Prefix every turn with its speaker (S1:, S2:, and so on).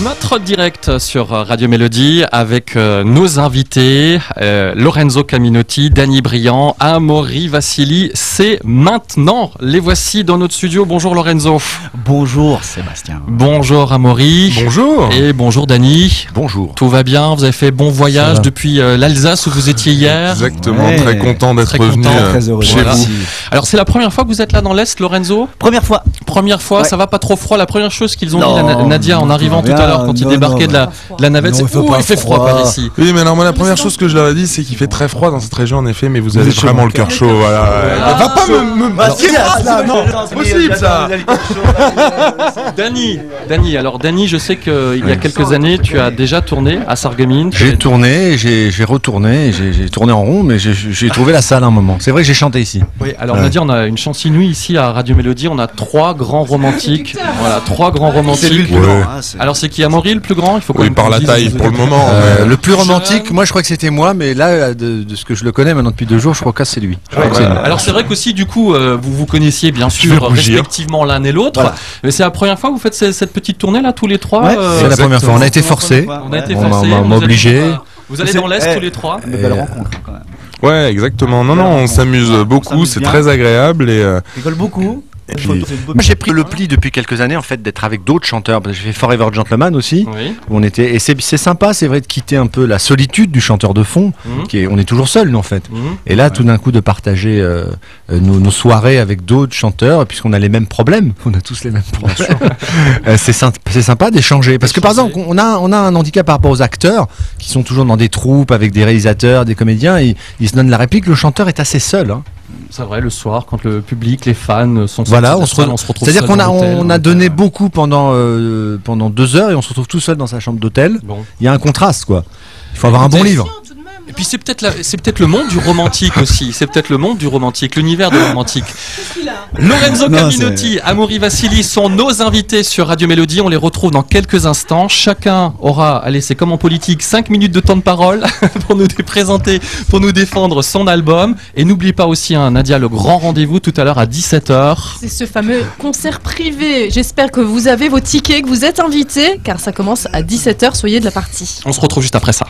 S1: Votre direct sur Radio Mélodie avec euh, nos invités euh, Lorenzo Caminotti, Dany Briand, Amaury Vassili. C'est maintenant. Les voici dans notre studio. Bonjour Lorenzo.
S2: Bonjour Sébastien.
S1: Bonjour Amaury.
S3: Bonjour.
S1: Et bonjour Dany.
S3: Bonjour.
S1: Tout va bien Vous avez fait bon
S2: Ça
S1: voyage
S2: va.
S1: depuis euh, l'Alsace où vous étiez hier
S3: Exactement,
S2: Ouais.
S3: très content d'être
S1: Très
S3: venu
S1: content,
S3: euh,
S2: Très heureux.
S3: chez
S1: Voilà.
S3: vous.
S1: Alors c'est la première fois que vous êtes là dans l'Est Lorenzo
S2: Première fois.
S1: Première fois,
S2: Ouais.
S1: ça va pas trop froid. La première chose qu'ils ont
S2: Non,
S1: dit, la Na- Nadia, en
S2: non,
S1: arrivant
S2: tout
S1: tout
S2: va
S1: à
S2: bien.
S1: l'heure, quand ils
S2: Non,
S1: débarquaient
S2: non,
S1: de la, de la navette,
S2: Non, il
S1: c'est
S2: fait
S1: Ouh,
S2: pas
S1: il fait froid par
S2: froid.
S1: ici.
S3: Oui, mais alors moi, la première chose que je leur ai dit, c'est qu'il fait très froid dans cette région, en effet, mais vous,
S2: Vous
S3: avez
S2: êtes chaud,
S3: vraiment
S2: mon
S3: le cœur chaud, voilà. ouais.
S1: Ah,
S3: Va pas me... me-
S2: Bah, si,
S3: me-
S2: là,
S3: Ah,
S2: là,
S3: non,
S2: non,
S3: c'est possible, ça
S1: Dany, Dany, alors Dany, je sais que il y a quelques années, tu as déjà tourné à Sarreguemines.
S4: J'ai tourné, j'ai j'ai retourné, j'ai j'ai tourné en rond, mais j'ai- j'ai trouvé la salle à un moment. C'est vrai que j'ai chanté ici.
S1: Oui, alors Nadia, on a une chance inouïe ici à Radio Mélodie. On a trois grands romantiques. Voilà, trois grands romantiques.
S3: plus grand,
S1: Alors c'est qui Amaury le plus grand Il faut qu'on
S3: Oui, par la taille, pour le moment.
S4: Euh,
S3: mais-
S4: le plus romantique, moi je crois que c'était moi, mais là, de, de ce que je le connais maintenant depuis deux jours, je crois que c'est lui. Je crois que c'est lui.
S1: Alors c'est vrai qu'aussi du coup euh, vous vous connaissiez bien
S3: vais
S1: sûr
S3: rougir.
S1: respectivement l'un et l'autre,
S2: Voilà.
S1: mais c'est la première fois que vous faites ce- cette petite tournée là tous les trois. euh,
S2: Ouais.
S4: C'est la euh, première fois. On a été forcé.
S1: On a été
S4: On
S1: forcés.
S4: m'a- on m'a- on m'a
S1: vous allez-
S4: obligé.
S1: Vous allez
S2: C'est-
S1: dans l'est
S2: eh.
S1: tous les trois.
S2: Une belle rencontre quand même.
S3: Ouais, exactement. Non, non, on s'amuse beaucoup,
S2: s'amuse
S3: c'est
S2: bien.
S3: très agréable et... euh,
S2: Rigole beaucoup.
S4: Et puis- Moi, j'ai pris
S2: Hein
S4: le pli depuis quelques années en fait d'être avec d'autres chanteurs. Parce que J'ai fait Forever Gentleman aussi.
S1: Oui.
S4: où on était et c'est c'est sympa, c'est vrai de quitter un peu la solitude du chanteur de fond.
S1: Mhm.
S4: Qui est, on est toujours seul nous en fait.
S1: Mhm.
S4: Et là, tout d'un coup, de partager euh, euh, nos, nos soirées avec d'autres chanteurs, puisqu'on a les mêmes problèmes, on a tous les mêmes problèmes. Euh, c'est symp- c'est sympa d'échanger. Parce que par
S1: D'échanger.
S4: exemple, on a, on a un handicap par rapport aux acteurs, qui sont toujours dans des troupes avec des réalisateurs, des comédiens, et ils se donnent la réplique. Le chanteur est assez seul. hein.
S1: C'est vrai, le soir, quand le public, les fans sont
S4: Voilà,
S1: sortis
S4: on
S1: de
S4: se,
S1: la salle,
S4: re-
S1: on se retrouve.
S4: C'est-à-dire
S1: seul
S4: qu'on a,
S1: dans l'hôtel,
S4: on
S1: dans
S4: a donné
S1: l'hôtel.
S4: beaucoup pendant, euh, pendant deux heures, et on se retrouve tout seul dans sa chambre d'hôtel.
S1: Bon.
S4: Il y a un contraste, quoi. Il faut avoir un bon
S1: Écoutez,
S4: livre.
S1: Et puis c'est peut-être la- c'est peut-être le monde du romantique aussi. C'est peut-être le monde du romantique, l'univers du romantique. Lorenzo
S2: Non,
S1: Caminotti, Amaury Vassili sont nos invités sur Radio Mélodie. On les retrouve dans quelques instants. Chacun aura, allez, c'est comme en politique, 5 minutes de temps de parole pour nous dé- présenter, pour nous défendre son album. Et n'oublie pas aussi, hein, Nadia, le grand rendez-vous tout à l'heure à 17h.
S5: C'est ce fameux concert privé. J'espère que vous avez vos tickets, que vous êtes invités, car ça commence à 17h. Soyez de la partie.
S1: On se retrouve juste après ça.